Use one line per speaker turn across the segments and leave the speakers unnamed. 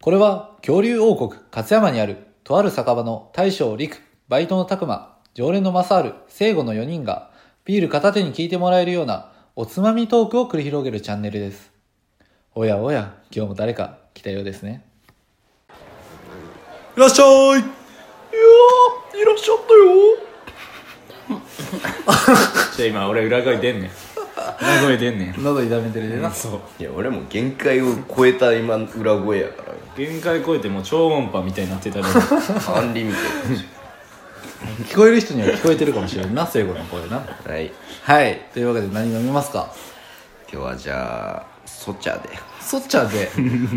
これは恐竜王国勝山にあるとある酒場の大将陸、バイトの拓馬、常連の正ル聖護の4人がビール片手に聞いてもらえるようなおつまみトークを繰り広げるチャンネルです。おやおや、今日も誰か来たようですね。
いらっしゃいいやーいらっしゃったよ
じゃあ今俺裏声出んねん裏声出んねん
喉痛めてるでな。
そう
いや俺も限界を超えた今裏声やから
限界超えてもう超音波みたいになってたのに
アンリミテッ
聞こえる人には聞こえてるかもしれんな、聖護の声な。
ドはい
はい。というわけで何飲みますか
今日はじゃあソチャで
そっちゃで。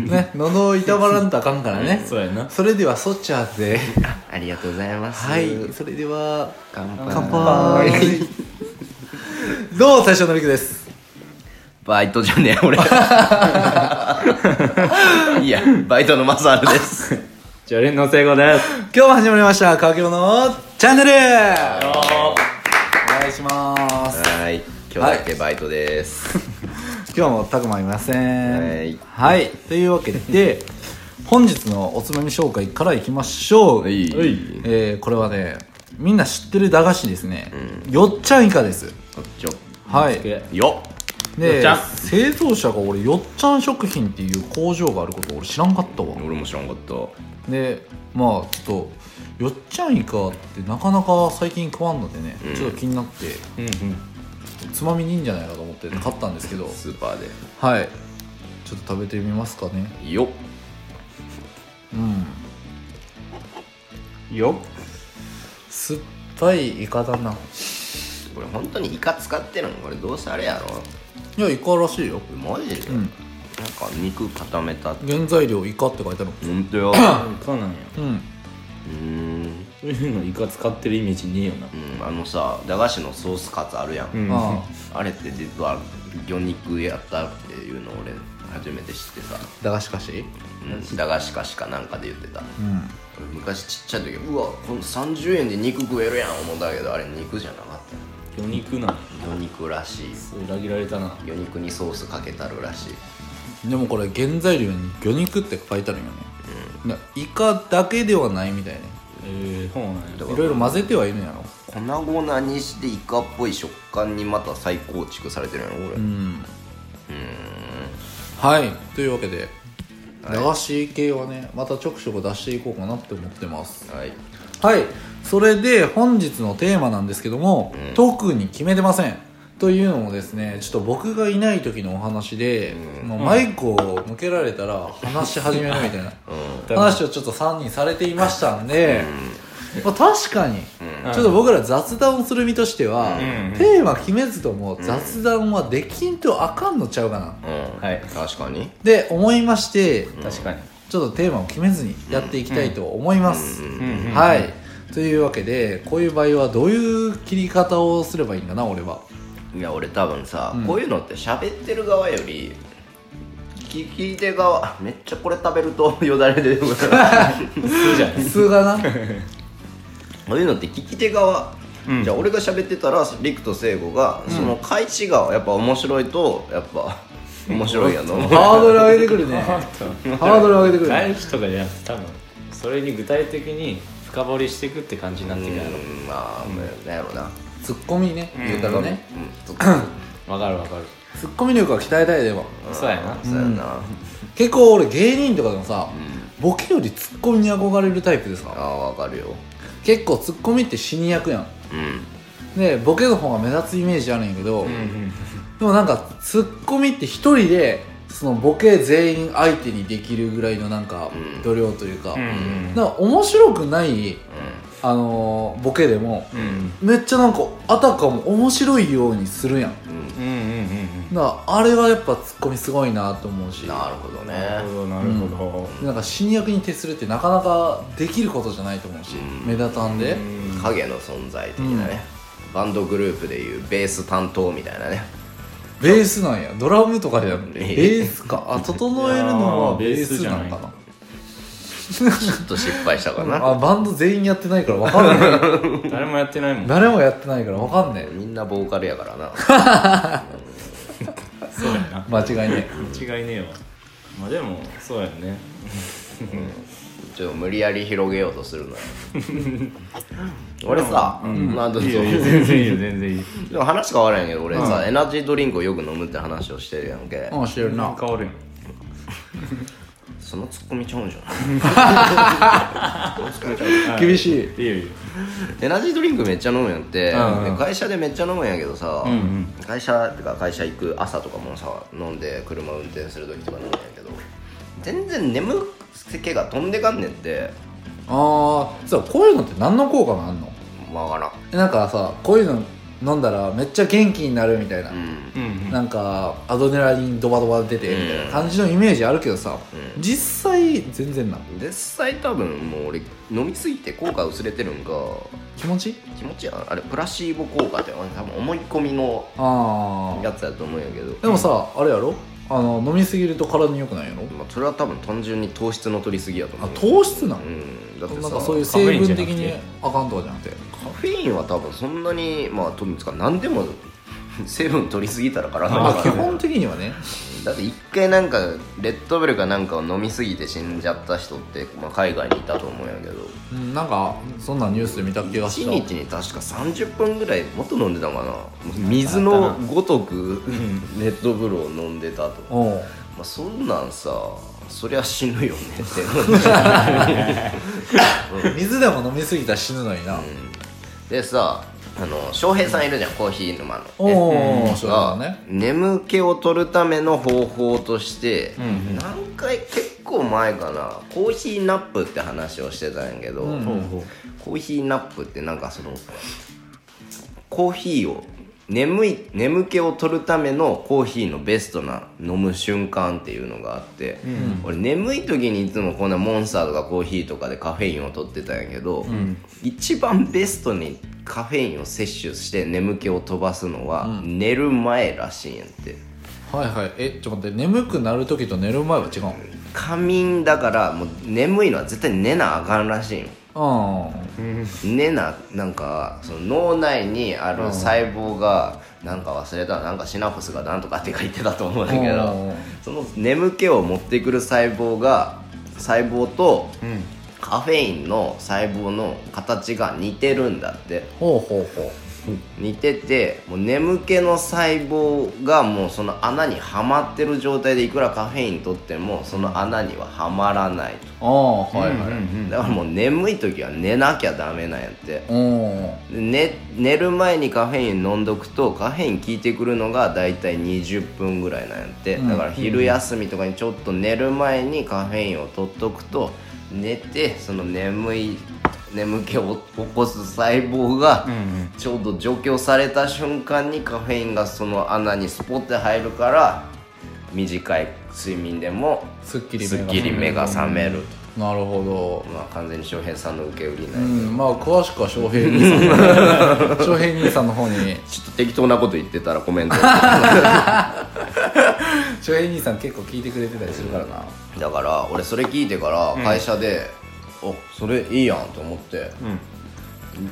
ね、喉を痛まらんとあかんからね。
そうやな
それではそっちゃで。
ありがとうございます
はい、それでは
乾杯
乾杯。どうも最初のりくです。
バイトじゃね え俺いやバイトのマサールです
常連の聖子です
今日も始まりました川城のチャンネル。お願いします。
はい今日だけバイトです、
今日もたくまいません。
はい
はい、というわけで。本日のおつまみ紹介からいきましょう、
はい
おい
えーこれはねみんな知ってる駄菓子ですね、よっちゃんいかです
おっちょ
はい
机
よっ
で
よっちゃん
製造者が俺よっちゃん食品っていう工場があること俺知らんかったわ
俺も知らんかった
でまあちょっとよっちゃんイカってなかなか最近食わんのでね、
うん
ちょっと気になって
うん
つまみにいいんじゃないかと思って買ったんですけど
スーパーで
はいちょっと食べてみますかね
よっ
うん
うんよ
酸っぱいイカだな
これ本当にイカ使ってるのこれどうせあれやろ
いやイカらしいよ
マジで、
うん
なんか肉固め た
原材料イカって書いてある
本当よ
っイカなんや
うん
うーん
そういうのイカ使ってるイメージねえよな
うんあのさ駄菓子のソースカツあるやん、
ん
ああ
あれって実は魚肉やったっていうの俺初めて知ってさ、
駄菓子菓子
うん、駄菓子かしかなんかで言ってた
うん
俺昔ちっちゃい時うわこの30円で肉食えるやん思ったけどあれ肉じゃなかっ
魚肉なんや
た魚肉らしい
裏切られたな
魚肉にソースかけたるらしい
でもこれ原材料に魚肉って書いてあるよね、だからイカだけではないみたいね
ええそうなんや
だ
いろいろ混ぜてはいるんやろ
粉々にしてイカっぽい食感にまた再構築されてるやん俺、
うんはいというわけで駄菓子系はねまたちょくちょく出していこうかなって思ってます
はい
はいそれで本日のテーマなんですけども、
うん
特に決めてませんというのもですねちょっと僕がいない時のお話で、
うん
もうマイクを向けられたら話し始めるみたいな
う
話をちょっと3人されていましたんで、まあ、確かに、
うん
ちょっと僕ら雑談をする身としては、
うん
テーマ決めずとも雑談はできんとあかんのちゃうかな、
んうん
はい
確かに
で思いまして
確かに
ちょっとテーマを決めずにやっていきたいと思います、
う
う
ん
ん
はいというわけでこういう場合はどういう切り方をすればいいんかな俺はい
や俺多分さ、
うん
こういうのって喋ってる側より聞聞いて側あめっちゃこれ食べるとよだれ出てくる
そうじゃん
普通がな
こういうのって聞き手側、
うん
じゃあ俺が喋ってたら陸と聖子が、その開始がやっぱ面白いとやっぱ面白いやの
ハードル上げてくるねハードル上げてくるね
返しとかじゃなくて多分それに具体的に深掘りしていくって感じにな
う
ってくるやろ
んまあ、なんやろな
ツッコミね言うたらね、
うんそっか
わかるわかる
ツッコミ力は鍛えたいでも
そうやな
そうやな、
結構俺芸人とかでもさ、ボケよりツッコミに憧れるタイプで
あ
さ
あわかるよ
結構ツッコミって死に役やん
うん
でボケの方が目立つイメージあるんやけど、
うんうん
でもなんかツッコミって一人でそのボケ全員相手にできるぐらいのなんか
うん
度量というか、
う
な
ん
んか面白くない、あのーボケでも
うんうん
めっちゃなんかあたかも面白いようにするやん
うん、うん
うんうんうん
だからあれはやっぱツッコミすごいなと思うし
なるほどね
なるほどなるほど
なんか新役に徹するってなかなかできることじゃないと思うし、
うん
目立たんで、
影の存在的なね、バンドグループでいうベース担当みたいなね
ベースなんやドラムとかでやるの
え
ベ
え
ースかあ整えるのはベースなのかな
ちょっと失敗したかな
あバンド全員やってないから分かんない
誰もやってないもん
誰もやってないから分かんない
みんなボーカル やからな
そうやな
間違いね
間違いねえわまあでもそうやね
ちょっと無理やり広げようとするの よ俺さ、なんだ
いいよいいよ全然いいよ全然いい
でも話変わらんやけど俺さ、エナジードリンクをよく飲むって話をしてるやんけ、
うんしてるな
変わるやん
そのツッコミちゃうんじゃん
厳しい
いいよいいよ
エナジードリンクめっちゃ飲むやんって、
うんうん
で会社でめっちゃ飲むんやけどさ、
んうん
会社ってか会社行く朝とかもさ飲んで車運転する時とか飲むんやけど全然眠気が飛んでかんねんって
ああそうこういうのって何の効果があんの
わからん
えなんかさこういうの飲んだらめっちゃ元気になるみたいな、
うん
うんうん
なんかアドレナリンドバドバ出てみたいな感じのイメージあるけどさ、
うん
実際全然な
実際多分もう俺飲みすぎて効果薄れてるんか
気持ち
気持ちやなあれプラシーボ効果って多分思い込みの
あ
や
あ
つやと思うんやけど
でもさあれやろあの飲みすぎると体に良くないやろ
まあ、それは多分単純に糖質の取りすぎやと思
あ
う
糖質なの、
うんだってさ
なんかそういう
カフェ
成
インじ
分
ゃな
的
くて
にあかんとかじゃなくて
カフェインは多分そんなにまあとにかく何でも 成分取りすぎたら体に
あ
まあ
悪
基
い
本的にはね
だって一回なんかレッドブルかなんかを飲みすぎて死んじゃった人って、まあ、海外にいたと思うんやけど
うんなんかそんなニュースで見た気がし
1
た
日に確か30分ぐらいもっと飲んでたのかな水のごとくレッドブルを飲んでたと、ま
おう
あ、そんなんさそりゃ死ぬよねって
水でも飲みすぎたら死ぬのにな、
でさあの翔平さんいるじゃんコーヒー沼の
おお、そうだ
が、
ね
眠気を取るための方法として、
んうん
何回結構前かなコーヒーナップって話をしてたんやけど、
うん
ほうほう
コーヒーナップってなんかそのコーヒーを眠い眠気を取るためのコーヒーのベストな飲む瞬間っていうのがあって、俺眠い時にいつもこんなモンスターとかコーヒーとかでカフェインを取ってたんやけど、一番ベストにカフェインを摂取して眠気を飛ばすのは寝る前らしいんやって
はいはいえちょっと待って眠くなる時と寝る前は違うの
仮眠だからもう眠いのは絶対寝なあかんらしいん
あ
ねななんかその脳内にある細胞がなんか忘れたなんかシナプスがなんとかって書いてたと思うんだけ
う
ど
ん
その眠気を持ってくる細胞が細胞と
うん
カフェインの細胞の形が似てるんだって
あほうほうほ
似ててもう眠気の細胞がもうその穴にはまってる状態でいくらカフェイン取ってもその穴にははまらないと
うああはいはい、
だからもう眠い時は寝なきゃダメなんやって
うん
寝寝る前にカフェイン飲んどくとカフェイン効いてくるのがだいたい20分ぐらいなんやって
うん
だから昼休みとかにちょっと寝る前にカフェインを取っとくと寝てその眠い眠気を起こす細胞が
うん
ちょうど除去された瞬間にカフェインがその穴にスポッて入るから短い睡眠でも
すっきり
す
目
っ
が
きり目が覚める
なるほ
まあ完全に翔平さんの受け売りな
どうん
やけど
んまあ詳しくは翔平兄さ んの翔平兄さんの方に
ちょっと適当なこと言ってたらコメント
翔平兄さん結構聞いてくれてたりするからな
だから俺それ聞いてから会社で、おそれいいやんと思って、
うん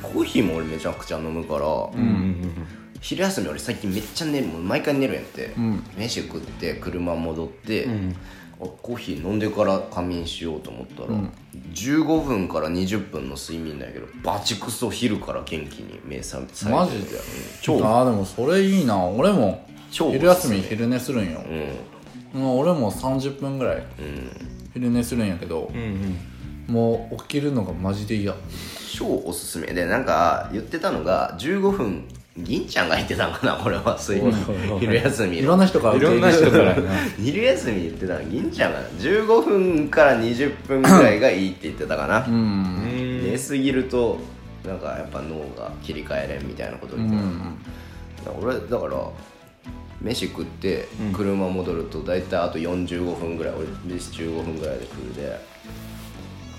コーヒーも俺めちゃくちゃ飲むか
う
ら、
んうん
昼休み俺最近めっちゃ寝るもう毎回寝るやんって、
ん
飯食って車戻って、
ん
あコーヒー飲んでから仮眠しようと思ったら、15分から20分の睡眠だけどバチクソ昼から元気に目覚めて
マジで
うん超
ああでもそれいいな俺も
超おすすめ
昼休み昼寝するんよ
う、ん
もう俺も30分ぐらい
うん
昼寝するんやけど
う、んうん
もう起きるのがマジで嫌
超おすすめでなんか言ってたのが15分銀ちゃんが言ってたんかなこれは睡眠昼休み
いろんな人から
いろんな人からな
昼休み言ってたの銀ちゃんが15分から20分ぐらいがいいって言ってたかな、
うん
寝すぎるとなんかやっぱ脳が切り替えれんみたいなこと言ってた、俺だから飯食って車戻ると大体あと45分ぐらい俺飯15分ぐらいで食うで,、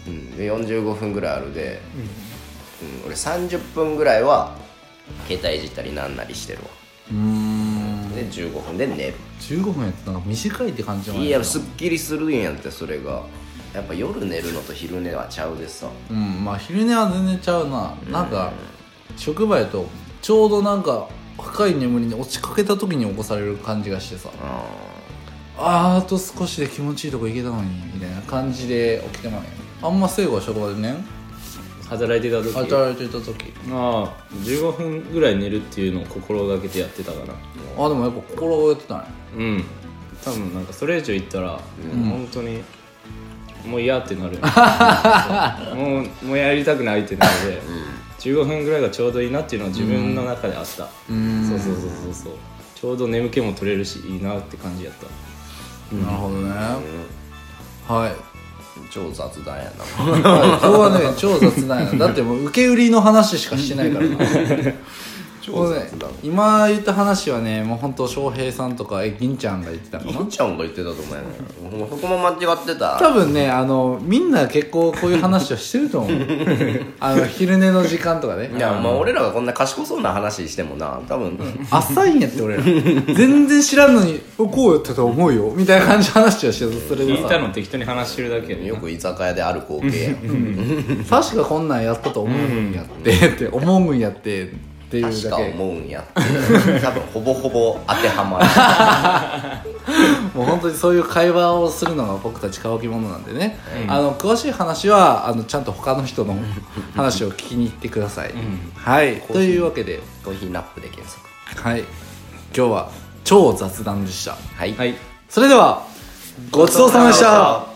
うん、で45分ぐらいあるで、うん俺30分ぐらいは携帯いじったりなんなりしてるわ
うーん
で15分で寝る
15分やったら短いって感じじゃない
いやすっきりするんやってそれがやっぱ夜寝るのと昼寝はちゃうでさ
うんまあ昼寝は全然ちゃうななんか職場やとちょうどなんか深い眠りに落ちかけた時に起こされる感じがしてさ
あ
あーあと少しで気持ちいいとこ行けたのにみたいな感じで起きてまうんよあんま聖子は職場でね
働いてた時
働いてた時
まあ15分ぐらい寝るっていうのを心がけてやってたかな
あでもやっぱ心がやってたね
うん多分なんかそれ以上言ったら、
ん
本当にもう嫌ってなるそう もうもうやりたくないってなるで、15分ぐらいがちょうどいいなっていうのは自分の中であった、
うん
そうそうそうそうそうちょうど眠気も取れるしいいなって感じやった
なるほどねはい
超雑談やな
はい今日はね超雑談やなだってもう受け売りの話しかしてないからな
超
もうね
雑談
今言った話はねもう本当翔平さんとかえ銀ちゃんが言ってたかな
みっちゃんが言ってたと思うよねほんまそこも間違ってた
多分ねあのみんな結構こういう話をしてると思 うあの昼寝の時間とかね
いやまあ俺らがこんな賢そうな話してもな多分
浅いんやって俺ら全然知らんのにおこうやってと思うよみたいな感じの話をしてるそれで
聞いた
さ
の適当に話してるだけやね
よく居酒屋である光景や
確かこんなんやったと思うんやってって思うんやってっていう
確
だ
か
け
思うんやっていう多分ほぼほぼ当ては まる
もう本当にそういう会話をするのが僕たち乾き者なんでね、あの詳しい話はあのちゃんと他の人の話を聞きに行ってください、はいというわけで、
コーヒーナップで検索
はい、今日は超雑談でした
はい
はい
それではごちそうさまでした